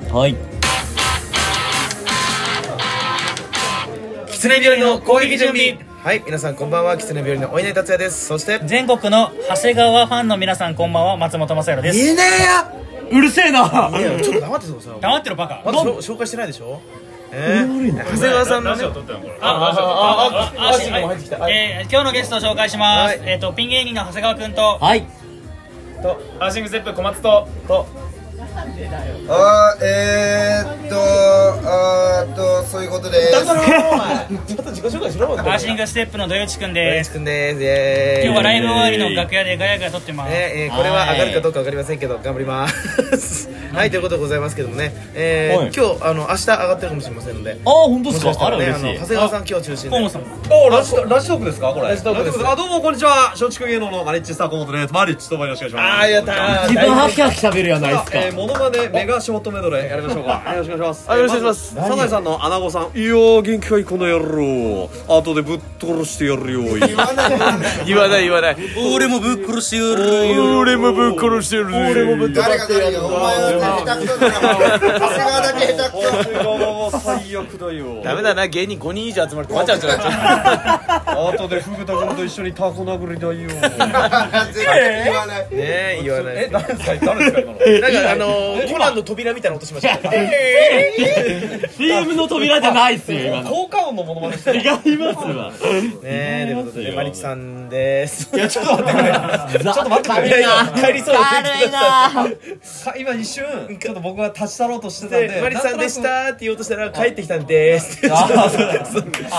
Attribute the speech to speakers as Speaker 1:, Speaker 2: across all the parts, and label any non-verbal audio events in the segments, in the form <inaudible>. Speaker 1: はい
Speaker 2: 狐病院の攻撃準備はい皆さんこんばんは狐病院のお稲荷達也ですそして
Speaker 1: 全国の長谷川ファンの皆さんこんばんは松本雅弘です
Speaker 2: ね
Speaker 1: うるせえない
Speaker 2: やちょっと黙っててください
Speaker 1: 黙ってろバカ
Speaker 2: まだ紹紹介してないでしょえー、長谷川さんのね
Speaker 1: あ
Speaker 2: あああ足も入ってきたはい
Speaker 1: えー今日のゲストを紹介します、
Speaker 2: はい
Speaker 1: えっ、とピン芸人の長谷川くんと
Speaker 3: はい
Speaker 2: と
Speaker 4: ハーシングステップ小松と
Speaker 2: と
Speaker 5: あーえー、っとあーっとそういうことで
Speaker 2: だ
Speaker 5: す
Speaker 2: からお前ちょっと自己紹介しろもん
Speaker 1: アーシングステップの土曜地くん
Speaker 2: え
Speaker 1: で
Speaker 2: ーち
Speaker 1: す
Speaker 2: くんですイエーイ
Speaker 1: 今日はライブ終わりの楽屋でガヤガヤ撮ってま
Speaker 2: え
Speaker 1: す、
Speaker 2: ーえーこれは上がるかどうかわかりませんけど頑張りますはいということでございますけどもね、えー
Speaker 3: はい
Speaker 2: 今日あの明日上がってるかもしれませんので
Speaker 3: あ本当
Speaker 2: も
Speaker 3: です
Speaker 2: しか
Speaker 3: か
Speaker 2: した
Speaker 3: あら
Speaker 2: らねあ
Speaker 3: 嬉
Speaker 2: の
Speaker 3: しい
Speaker 2: 長谷川さん今日中心
Speaker 1: 河
Speaker 2: で
Speaker 1: 本さんも
Speaker 6: おラジラジトークですかこれ
Speaker 2: ラジトークです
Speaker 6: あどうもこんにちは松竹芸能のマリッチスター河本ですマリッチともよろしくお願いします
Speaker 2: あーやったー
Speaker 3: 自分ハキハキ喋るやないですか
Speaker 6: えー、モノマネメガショートメドレーやりましょうか。はいよろしくお願いします。
Speaker 2: はいよろしくお願いします
Speaker 6: まずサザエさんのアナゴさん。いやー元気かいこの野郎。後でぶっ殺してやるよ。
Speaker 2: 言わない言わない
Speaker 3: 俺もぶっ殺しよる
Speaker 6: 俺もぶっ殺してやるよ。俺もぶっ
Speaker 5: 誰が誰よお前は下手くそだな長谷川だけ下手くそ
Speaker 6: 最悪だよ。
Speaker 2: ダメだな芸人5人以上集まるとわちゃわちゃなっちゃう
Speaker 6: 後でフグタ君と一緒にタコ殴りだよ。 <laughs>
Speaker 5: 絶対言わない
Speaker 2: ねえ言わないですけど
Speaker 6: 誰ですか誰ですか今の。
Speaker 2: なんかあのーコナンの扉みたいな音しましたね
Speaker 3: CM の扉じゃないっすよ今の
Speaker 6: 効果音のモノマネしてる。
Speaker 3: 違いますわ
Speaker 2: ねえということでねマリッチさんです
Speaker 6: いやちょっと待ってくれ。
Speaker 3: ちょっと待って
Speaker 2: いやいや帰りそうな雰囲気
Speaker 3: 軽いな
Speaker 6: さ今一瞬ちょっと僕が立ち去ろうとしてたん
Speaker 2: で
Speaker 6: で
Speaker 2: マリッチさんでし
Speaker 6: なん
Speaker 2: たって言おうとしたら帰ってきたんですって
Speaker 6: となくあそうだ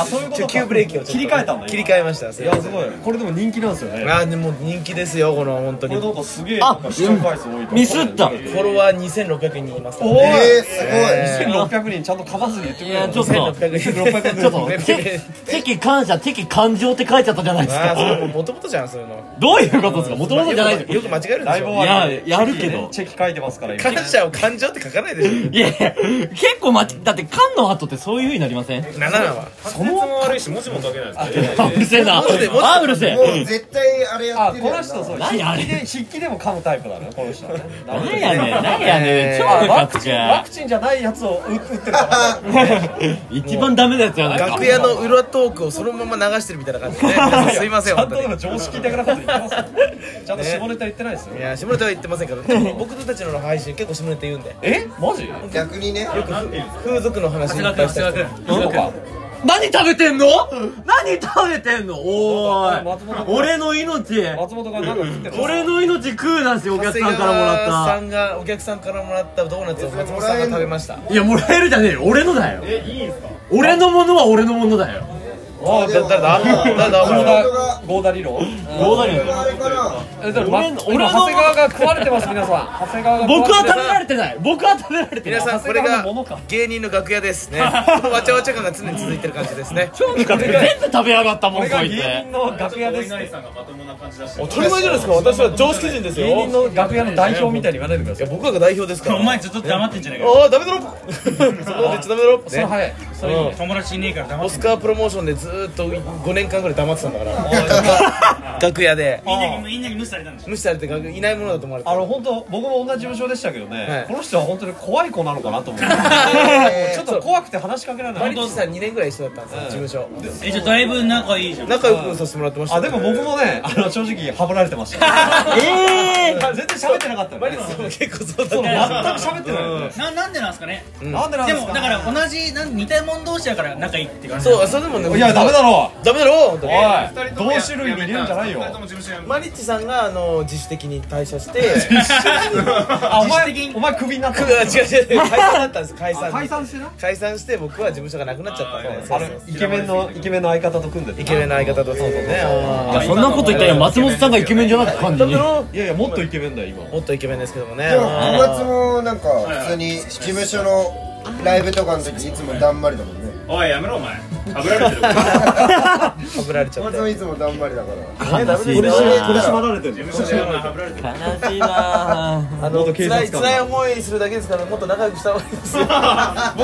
Speaker 6: あそういう
Speaker 2: <laughs>
Speaker 6: こ
Speaker 2: ちょ
Speaker 6: と
Speaker 2: 急ブレーキをちょっと
Speaker 6: 切り替えたんだ
Speaker 2: 切り
Speaker 6: え
Speaker 2: 替えました
Speaker 6: いやすごいこれでも人気なんですよね
Speaker 2: あーでも人気ですよこの本当
Speaker 6: こ
Speaker 2: にフ
Speaker 6: れなんかすげえなんか視聴回数多いと
Speaker 3: ミスった
Speaker 2: ォロワー2600人いますから
Speaker 6: お
Speaker 2: ね
Speaker 5: えー、
Speaker 6: い
Speaker 5: すごい
Speaker 6: 2600人ちゃんとかばずに言ってく
Speaker 3: い
Speaker 6: れ
Speaker 3: や
Speaker 6: る
Speaker 3: ちょっと
Speaker 2: 1600人
Speaker 3: ちょっとて
Speaker 2: <laughs>
Speaker 3: 敵感謝敵感情って書いちゃったじゃないです
Speaker 2: ああそれも
Speaker 3: か
Speaker 2: う元々じゃんそういうの
Speaker 3: どういうことですかもともとじゃないです
Speaker 2: よく間違えるで
Speaker 6: ライ
Speaker 2: し
Speaker 6: ブ
Speaker 2: ょ
Speaker 6: 終わり
Speaker 3: いややるけど
Speaker 6: チェキ書いてますから今
Speaker 2: 感謝を感情って書かないでし
Speaker 3: いやいや結構待ちだって缶の後ってそういう風になりません
Speaker 2: ょ7は
Speaker 4: 滑舌も悪いし文字も書けないですね
Speaker 3: あうるせえなあうるせ
Speaker 5: もう
Speaker 3: え
Speaker 5: 絶対あれや
Speaker 6: あ
Speaker 5: ってる
Speaker 6: こ
Speaker 5: や
Speaker 6: の
Speaker 5: ん
Speaker 6: 人そう筆
Speaker 3: 何あれ
Speaker 6: 記で筆記でも噛むタイプだねこの人はね
Speaker 3: なんやねんなんやねん超
Speaker 6: あ
Speaker 3: ム
Speaker 6: ワ
Speaker 3: カ
Speaker 6: ク
Speaker 3: つ
Speaker 6: チ
Speaker 3: く
Speaker 6: ンワクチンじゃないやつを打打ってるから
Speaker 3: <laughs> 一番ダメなやつやないか
Speaker 2: 楽屋の裏トークをそのまま流してるみたいな感じで <laughs> ね皆さんすいません
Speaker 6: ちゃ
Speaker 2: 本
Speaker 6: ん
Speaker 2: 当
Speaker 6: とでも
Speaker 2: に
Speaker 6: 常識的なこと言ってますよちゃんと下ネタ言ってないですよ
Speaker 2: いや下ネタは言ってませんからでも僕たちの配信結構下ネタ言うんで
Speaker 6: えマジ
Speaker 5: 逆にね
Speaker 2: 風俗の話いっぱいしたりとか
Speaker 6: そうか
Speaker 3: 何食べてんの何食べてんのおー
Speaker 6: 松本
Speaker 3: い俺の命
Speaker 6: 松本がなんか食ってる
Speaker 3: 俺の命食うなんてお
Speaker 2: 長
Speaker 3: 客
Speaker 2: 谷
Speaker 3: さんからも
Speaker 2: 川さ
Speaker 3: らっ
Speaker 2: んがお客さんからもらったドーナツを松本さんが食べました
Speaker 3: たいやもらえるじゃねえよ俺のだよえいいんすか俺のものは俺のものだよ
Speaker 2: あ誰だ誰だ
Speaker 5: 松
Speaker 6: ゴ
Speaker 5: 本
Speaker 6: ー
Speaker 2: 誰だ
Speaker 6: ダゴーダ理論
Speaker 3: どうだよ
Speaker 5: あれかな
Speaker 6: えだ
Speaker 3: 俺
Speaker 6: からま
Speaker 3: の
Speaker 6: 今
Speaker 3: 俺の
Speaker 6: 長谷川が食われてます皆さん長谷川が
Speaker 3: 僕は食べ
Speaker 6: 食
Speaker 3: られてない僕は食べられてな
Speaker 2: 皆
Speaker 3: い
Speaker 2: さんこれが芸人の楽屋です <laughs> ねわちゃわちゃ感が常に続いてる感じですね
Speaker 3: 全部食べやがったもん
Speaker 6: 俺
Speaker 3: こ
Speaker 6: が
Speaker 3: いつ
Speaker 6: 芸人の楽屋ですって
Speaker 4: さんがまともな感じ出して
Speaker 2: 当たり前じゃないですか私は常識人ですよ
Speaker 6: 芸人の楽屋の代表みたいに言わないでください
Speaker 2: 僕らが代表ですから
Speaker 1: お前ずっと黙ってんじゃねえかよ
Speaker 2: ああダメだろ <laughs> そこまで言っちゃダメだろ
Speaker 6: それ
Speaker 2: ね
Speaker 6: 早いそれいいね
Speaker 1: 友達いねえから黙
Speaker 2: オ
Speaker 1: って
Speaker 2: スカープロモーションでずーっと5年間ぐらい黙ってたんだから <laughs> 楽屋で
Speaker 1: みんなにみんなに無視されたんでしょ
Speaker 2: 無視されて楽いないものだと思われて
Speaker 6: あ
Speaker 2: た
Speaker 6: の本当僕も同じ事務所でしたけどね、
Speaker 2: はい
Speaker 6: この人は本当に怖い子なのかなと思って <laughs> ちょっと怖くて話しかけられな
Speaker 2: マ
Speaker 6: い
Speaker 2: リッチさん2年ぐらい一緒だったんですよ事務所
Speaker 1: えじゃあだいぶ仲いいじゃん
Speaker 2: 仲良くさせてもらってました
Speaker 6: あでも僕もねあの正直ハブられてました <laughs> ええー、全然喋ってなかったの
Speaker 2: マリ
Speaker 6: ね
Speaker 2: ッチさんも結構そうだ
Speaker 6: そう全く
Speaker 2: ね
Speaker 6: 喋ってないよね、
Speaker 1: ななんでなんすかね
Speaker 6: なんでなん
Speaker 1: で
Speaker 6: です
Speaker 1: も
Speaker 6: か
Speaker 1: だから同じなん似たもん同士だから仲いいって感じ
Speaker 2: そうそれでもね
Speaker 6: いやダメだろ
Speaker 2: ダメだろ本当に
Speaker 6: おい同種類に入れるんじゃないよ <laughs>
Speaker 4: 二人とも事務所辞め
Speaker 2: マリッチさんがあの自主的に退社して
Speaker 1: 実質的
Speaker 6: あお前
Speaker 1: に
Speaker 6: お前クビにな
Speaker 2: <laughs>
Speaker 6: っ <laughs>
Speaker 2: く
Speaker 6: た
Speaker 2: 違う違う解散だったんです解
Speaker 6: あ
Speaker 2: 散
Speaker 6: 解散してな
Speaker 2: 解散して僕は事務所がなくなっちゃったんでそ
Speaker 6: あ
Speaker 2: うそう
Speaker 6: れイケメンのイケメンの相方と組んでて
Speaker 2: イケメンの相方とそうそうねあ
Speaker 3: そんなこと言ったら松本さんがイケメンじゃなくて感じに
Speaker 6: いやいやもっとイケメンだよ今
Speaker 2: ーもっとイケメンですけどもね
Speaker 5: でも小松もなんか普通に事務所のライブとかの時いつもだんまりだもんね
Speaker 4: たおいやめろお前炙られてる。
Speaker 2: かぶられちゃって
Speaker 5: 松尾いつも頑張りだから
Speaker 6: 取り締まられてるんだ
Speaker 4: 事
Speaker 6: よ
Speaker 4: 務所であんな炙られてる。
Speaker 3: 悲しいなぁ
Speaker 2: あの
Speaker 6: 元警
Speaker 2: 辛
Speaker 6: 察
Speaker 2: い
Speaker 6: 官
Speaker 2: 辛い思いするだけですからもっと仲良くした方がいいですよ <laughs> 僕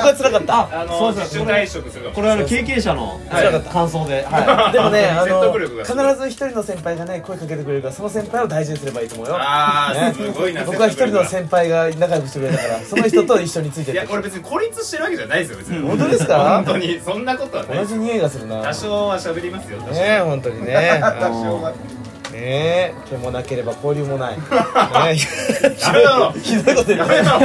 Speaker 2: は辛か <laughs> った
Speaker 4: あ
Speaker 6: そ
Speaker 4: の
Speaker 6: うそう
Speaker 4: 自主退職するかも
Speaker 6: これはあの経験者の
Speaker 2: 辛かった
Speaker 6: 感想では
Speaker 2: でも <laughs> ね、あ
Speaker 4: 説
Speaker 2: の
Speaker 4: 得力が
Speaker 2: 必ず一人の先輩がね声かけてくれるからその先輩を大事にすればいいと思うよ
Speaker 4: ああ、すご
Speaker 2: <laughs>
Speaker 4: いな。
Speaker 2: 僕は一人の先輩が仲良くしてくれたからその人と一緒について
Speaker 4: い
Speaker 2: っ
Speaker 4: や、
Speaker 2: て
Speaker 4: 俺別に孤立してるわけじゃないですよ、別に。
Speaker 2: 本当ですか
Speaker 4: 本当に、そんなことはな
Speaker 2: <laughs>
Speaker 4: い
Speaker 2: 同
Speaker 4: です
Speaker 2: じ。匂いがするな
Speaker 4: 多
Speaker 2: ね
Speaker 4: 少は喋りますよ、多少。
Speaker 2: え本当に <laughs> ね
Speaker 5: 多少は
Speaker 2: ねえ毛もなければ交流も <laughs> ないね
Speaker 4: ダメだろ
Speaker 2: <laughs> ひどいこと言
Speaker 4: ダ
Speaker 2: う
Speaker 4: メだ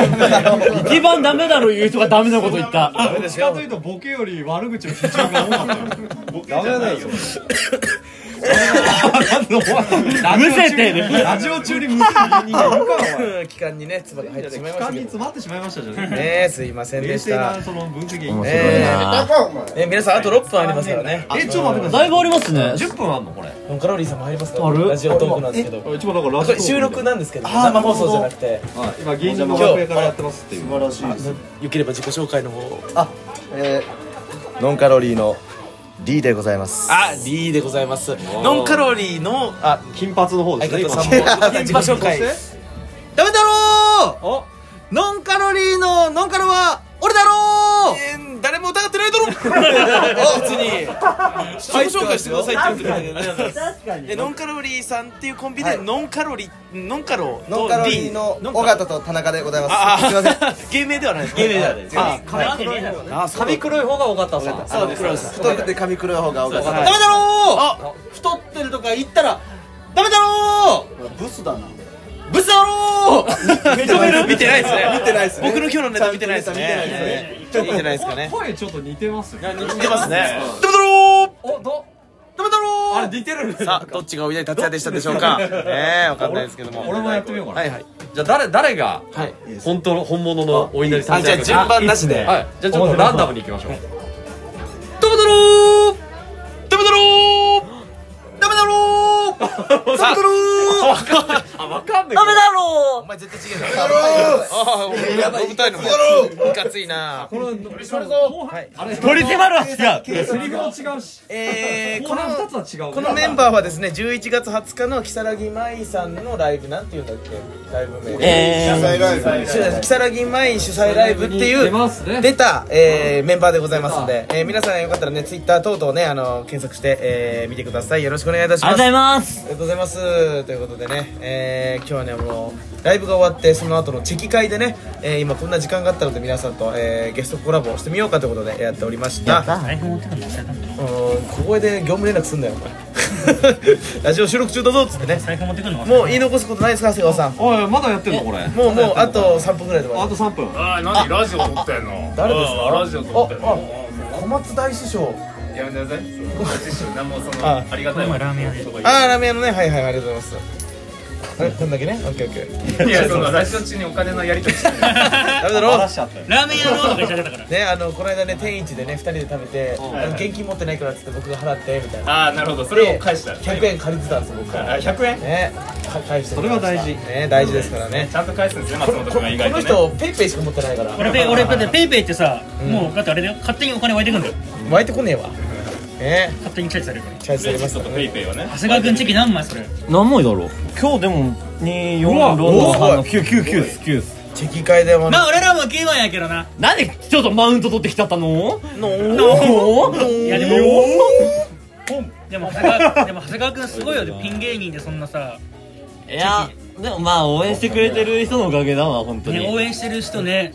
Speaker 4: ろ本当に
Speaker 3: 一番ダメだろ言う人がダメなこと言った
Speaker 6: いどっちかというとボケより悪口の比重が多かった
Speaker 4: ボケじゃないよ。
Speaker 3: 無制定で
Speaker 6: ラジオ中に無視する人間がいるからお前
Speaker 2: 期間にね唾が入ってしまい
Speaker 6: 期
Speaker 2: ましたけ
Speaker 6: 間に
Speaker 2: ど
Speaker 6: 詰まってしまいましたじゃん
Speaker 2: ねえすいませんで
Speaker 6: 冷
Speaker 2: し
Speaker 6: 静
Speaker 2: た
Speaker 6: なその分析
Speaker 2: ね
Speaker 5: だかお前
Speaker 2: えね皆さんあと6分ありますからね
Speaker 6: えちょっと待ってくださ
Speaker 3: だ
Speaker 6: い
Speaker 3: いぶありますね
Speaker 6: 10分あんのこれ
Speaker 2: ノンカロリーさんも入りますか
Speaker 3: ある
Speaker 2: ラジオトークなんですけど
Speaker 6: 一番だからラ
Speaker 2: これ収録なんですけど
Speaker 6: あー
Speaker 2: 生放送じゃなくて
Speaker 6: はい今芸人の楽屋からやってますっていう
Speaker 5: 素晴らしいです
Speaker 2: よければ自己紹介の方を
Speaker 5: えーノンカロリーの D でございます
Speaker 2: あ、D でございます。ノンカロリーの、あ、
Speaker 6: 金髪の方です
Speaker 2: 相
Speaker 6: ね
Speaker 2: 方
Speaker 6: 今
Speaker 2: さんも
Speaker 6: の
Speaker 2: 自己紹介。ダメだろうノンカロリーのノンカロは、俺だろう誰も疑ってないだろ <laughs> あ、別に。自己紹介してくださいって言ってくれたけど。えノンカロリーさんっていうコンビで、
Speaker 5: はい
Speaker 2: ノンカロリー、ノンカロ
Speaker 5: ノンカロリーの尾形と田中でございますすいません
Speaker 2: あ、芸名ではないです。芸名ではないです。あ、
Speaker 3: 髪黒い方が多かったさん
Speaker 2: そうです。そうです
Speaker 5: 太くて髪黒い方が尾形
Speaker 2: ダメだろう太ってるとか言ったらダメだろう
Speaker 5: ブスだな
Speaker 2: ブスだろう認める見てないですね
Speaker 5: 見てないですね
Speaker 2: 僕の今日のネタ見てないですね見てないですかね
Speaker 6: 声ちょっと似てますよ
Speaker 2: 似てますねダメだろう
Speaker 6: おど
Speaker 2: ダメだろう
Speaker 6: あれ似てる
Speaker 2: さあどっちがおいで達也でしたでしょうかねえわかんないですけども
Speaker 6: <laughs> 俺もやってみようかな
Speaker 2: はいはい
Speaker 3: じゃあ誰誰が
Speaker 2: はい
Speaker 3: 本当の本物のお稲荷さ
Speaker 2: あ
Speaker 3: ん
Speaker 2: じゃあ順番なしで
Speaker 3: はいじゃあちょっとランダムに行きましょう
Speaker 2: ダメだろうダメだろうダメだろうダメだろう
Speaker 3: あわかんないダメだ
Speaker 2: お前絶対違えだろああ俺やばい痛いのだろういかついな
Speaker 6: これ取り締まるぞあれ
Speaker 3: 取り締まるは違う
Speaker 6: セリフも違うし
Speaker 2: えー、
Speaker 6: こ
Speaker 2: こ
Speaker 6: の
Speaker 2: の
Speaker 6: 2つは違う
Speaker 2: このメンバーはですね11月20日の如月舞さんのライブなんていうんだっけライブ名
Speaker 3: えー
Speaker 5: ライブ
Speaker 2: 主催如月舞主催ライブっていう
Speaker 6: 出ますね
Speaker 2: 出た、えーメンバーでございますんで、えー皆さんよかったらねツイッター等々ねあの検索して、えー見てくださいよろしくお願いいたし
Speaker 3: あ
Speaker 2: ま
Speaker 3: りがとうご
Speaker 2: す
Speaker 3: ざい
Speaker 2: あ
Speaker 3: ます
Speaker 2: りがとうございますということでね、えー今日はねもうライブが終わってその後のチェキ会でね、えー今こんな時間があったので皆さんと、えーゲストコラボをしてみようかということでやっておりましたうん小声で業務連絡すんだよお前
Speaker 1: <laughs>
Speaker 2: ラジオ収録中だぞっつってね
Speaker 1: 財布持ってくんの
Speaker 2: もう言い残すことないですか長谷川さん
Speaker 6: おいまだやってんのこれあ
Speaker 2: もうもうあと3分ぐらいで終わ
Speaker 6: と3分
Speaker 4: ああ、何ラジオ撮ってんの
Speaker 2: 誰ですか
Speaker 4: あーラジオ撮ってんの
Speaker 2: る小松大師匠
Speaker 4: やめてくださいその何もその
Speaker 2: あ
Speaker 4: ありがたい
Speaker 1: 今ラーメン屋で
Speaker 2: ああラーメン屋のねはいはいありがとうございますあれなんだっけねオッケーオッケ
Speaker 1: <laughs>
Speaker 2: ー
Speaker 4: いやそのラジオ中にお金のやり取りしてる
Speaker 2: ダメだろ
Speaker 6: しちゃったよ
Speaker 1: ラーメン屋のとか言っちゃってたから
Speaker 2: ねあのこの間ね天一でね2人で食べてあの現金持ってないからっつって僕が払ってみたいな
Speaker 4: ああなるほどそれを返した
Speaker 2: 100円借りてたんです僕か
Speaker 4: あ
Speaker 2: ら
Speaker 4: 100円
Speaker 2: ねか返して
Speaker 6: それは大事
Speaker 2: ね大事ですからね
Speaker 4: ちゃんと返すんですね松本
Speaker 2: こ
Speaker 4: 君が意外
Speaker 2: の
Speaker 4: とね
Speaker 2: 人ペイペイしか持ってないから
Speaker 1: 俺ペイ俺だってペイペイってさもうだってあれで勝手にお金湧いてくんだよ
Speaker 2: 湧いてこねえわね
Speaker 1: 勝手にキャッチされるから
Speaker 2: チャージさ
Speaker 4: レ
Speaker 2: れ
Speaker 4: ジ
Speaker 2: ま
Speaker 4: ッ
Speaker 2: す
Speaker 4: トとペイペイはね
Speaker 1: 長谷川君チェキ何枚それ
Speaker 3: 何枚だろう今日でも2、4、6、7、9、9です、9です
Speaker 2: チェキ会でも
Speaker 1: まあ俺らも9枚やけどな
Speaker 3: なんでちょっとマウント取ってきちゃったの
Speaker 2: の
Speaker 1: いやでもでも長谷川で <laughs> も長谷川君すごいよねピン芸人でそんなさ、
Speaker 3: いや、でもまあ応援してくれてる人のおかげだわ、本当
Speaker 1: ね、
Speaker 3: に
Speaker 1: 応援してる人ね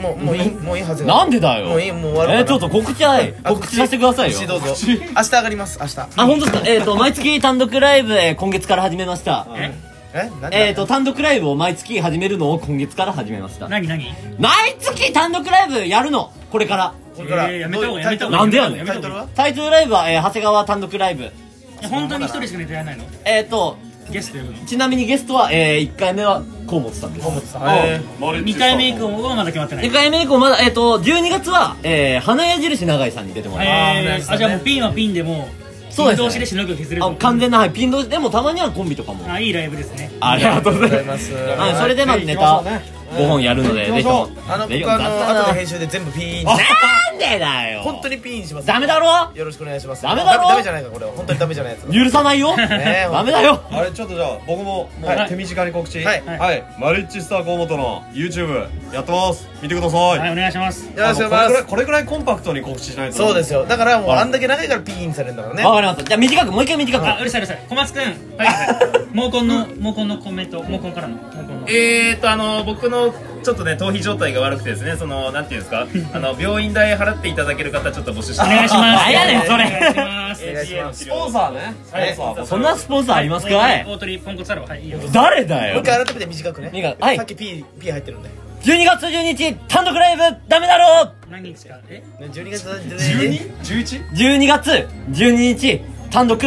Speaker 2: もうもういいもういいはず
Speaker 3: なんでだよ
Speaker 2: もういいもう終わるかな
Speaker 3: えーちょっと告知はい
Speaker 2: あ
Speaker 3: 告知させてくださいよ
Speaker 2: 告知どうぞ明日上がります明日
Speaker 3: あ、本当ですかえっと、毎月単独ライブ、えー今月から始めました。
Speaker 2: えなんだ
Speaker 3: えっと、単独ライブを毎月始めるのを今月から始めました。
Speaker 1: 何何
Speaker 3: 毎月単独ライブやるのこれから。
Speaker 2: これから
Speaker 1: えーやめた方がやめた方が
Speaker 3: なんでやねん
Speaker 1: やめ
Speaker 2: タ
Speaker 1: た
Speaker 2: イ
Speaker 1: 方
Speaker 2: トル
Speaker 1: が
Speaker 2: は
Speaker 3: タイトルライブは、えー長谷川単独ライブ。
Speaker 1: いや本当に一人しかネタやらないの
Speaker 3: えっ、と、
Speaker 1: ゲスト呼ぶの
Speaker 3: ちなみにゲストは、え1回目は河本さんです。
Speaker 2: え
Speaker 1: 2回目以降はまだ決まってない
Speaker 3: 2回目以降まだ、えっ、と、12月は、えー花矢印長井さんに出てもらいます。
Speaker 1: えー、あじゃあもうピンはピンでもう
Speaker 3: そうですね
Speaker 1: 同士でしのぐ削れる
Speaker 3: あ完全な、はい、ピン同士でもたまにはコンビとかも
Speaker 1: あいいライブですね
Speaker 3: ありがとうご
Speaker 2: ありがとうございます
Speaker 3: はい、それでまずネタ、 5本やるので、ぜひとも。
Speaker 2: あの
Speaker 3: ぜひ
Speaker 2: 僕あの後で
Speaker 3: な
Speaker 2: 編集で全部ピーン
Speaker 3: なんでだよ
Speaker 2: 本当にピーンします
Speaker 3: ダメだろ
Speaker 2: よろしくお願いします
Speaker 3: ダメだろ
Speaker 2: ダメじゃないかこれは本当にダメじゃないやつ
Speaker 3: 許さないよ
Speaker 2: ねえ
Speaker 3: ダメだよ
Speaker 6: あれちょっとじゃあ僕もも
Speaker 2: は
Speaker 6: う
Speaker 2: い
Speaker 6: 手短に告知
Speaker 2: はい
Speaker 6: はいマリッチスター河本の YouTube やってます見てください
Speaker 1: はい、お願いします。
Speaker 2: よろしくお
Speaker 6: あ
Speaker 2: 願いしま
Speaker 6: のこれぐらいこれぐらいコンパクトに告知しないと
Speaker 2: すそうですよだからもう
Speaker 3: はい
Speaker 2: あんだけ長いからピーンされるんだからね
Speaker 3: わかりました。じゃあ短く、もう一回短く。
Speaker 1: あ、うるさいうるさい。小松くん、はい、毛根の、毛根のコメント、毛根からの、毛根の。
Speaker 4: えーっとあの僕のちょっとね頭皮状態が悪くてですねそのなんていうんですかあの病院代払っていただける方ちょっと募集して
Speaker 1: お願いします。
Speaker 3: 何やねんそれ
Speaker 1: お願いします。
Speaker 4: ます
Speaker 6: スポンサーね
Speaker 4: はい
Speaker 6: スポンサー
Speaker 3: そんなスポンサーありますかい
Speaker 1: 大鳥ポンコツ太郎、はい、いいよ。
Speaker 3: 誰だ
Speaker 2: もう
Speaker 3: よ
Speaker 2: 一回改めて短くね
Speaker 3: 短くはい
Speaker 2: さっきピーピー入ってるんで
Speaker 3: !12 月12日、単独ライブ、ダメだろ
Speaker 1: 何日か、え、
Speaker 2: 12月12
Speaker 6: 12?11?
Speaker 3: !12 月12日、単独、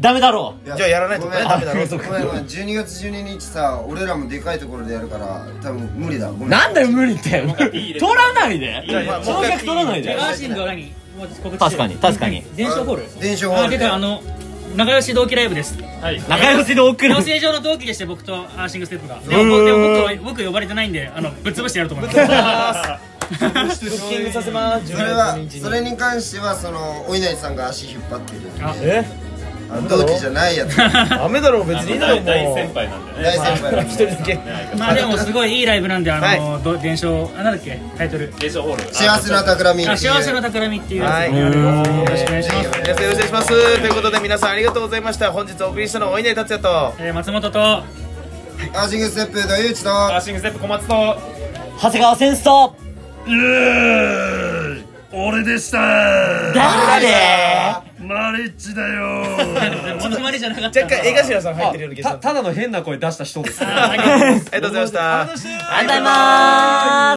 Speaker 3: ダメだろ
Speaker 5: じゃ
Speaker 2: じゃあやらないとねダメだろ
Speaker 5: ごめんごめん12月12日さ俺らもでかいところでやるから多分無理だごめん
Speaker 3: なんだよ、無理って。取らないで
Speaker 2: やいや
Speaker 3: その客取らない
Speaker 1: レ
Speaker 3: で
Speaker 1: ガ。ーシングは何もう告知して
Speaker 3: 確かに、確かに。
Speaker 1: 伝承ホール
Speaker 5: 伝承ホー
Speaker 1: あ、
Speaker 5: ル
Speaker 1: 出
Speaker 5: で
Speaker 1: た、あの、仲良し同期ライブです。
Speaker 3: 仲良しで送る
Speaker 1: 養。成所の同期でして、僕とアーシングステップが。でも、でも僕は、僕呼ばれてないんで、あの、ぶっ潰してやると思います。
Speaker 2: ブッキングさせます
Speaker 5: そ
Speaker 2: 12
Speaker 5: れ
Speaker 2: 月
Speaker 5: は
Speaker 2: 12日
Speaker 5: それに関してはそのお稲荷さんが足引っ張ってる
Speaker 2: え
Speaker 5: あの同期じゃないやつ大
Speaker 2: ダメだろ別にいいだろもう
Speaker 4: 大先輩なんでね
Speaker 5: 先輩
Speaker 2: 一人だけ
Speaker 1: まあでもすごいいいライブなんで、あの、ど伝承、あ、なんだっけ、タイトル。
Speaker 4: ゲーションホール
Speaker 5: 幸せな企みっていう
Speaker 1: あ、幸せの企みっていう
Speaker 2: は
Speaker 1: や
Speaker 2: い
Speaker 1: つでやるのでよろしくお願いします。
Speaker 2: 皆さんよろしくお願いしますということで皆さんありがとうございました本日お送りしたのはお稲荷達也と
Speaker 1: えー
Speaker 2: <laughs>
Speaker 1: 松本と、
Speaker 5: アーシングステップとゆうちと
Speaker 4: アーシングステップ小松と
Speaker 3: 長谷川センスと、
Speaker 6: うー俺でした
Speaker 3: 誰
Speaker 6: マリッチだ
Speaker 1: <laughs>
Speaker 6: よ
Speaker 1: モノマネじゃなかった。
Speaker 2: 若干江頭さん入ってるような気がす
Speaker 6: た
Speaker 2: る
Speaker 4: <laughs>
Speaker 6: ただの変な声出した人です
Speaker 1: あありがとうございます
Speaker 2: ありがとうございました
Speaker 3: ありがとうございます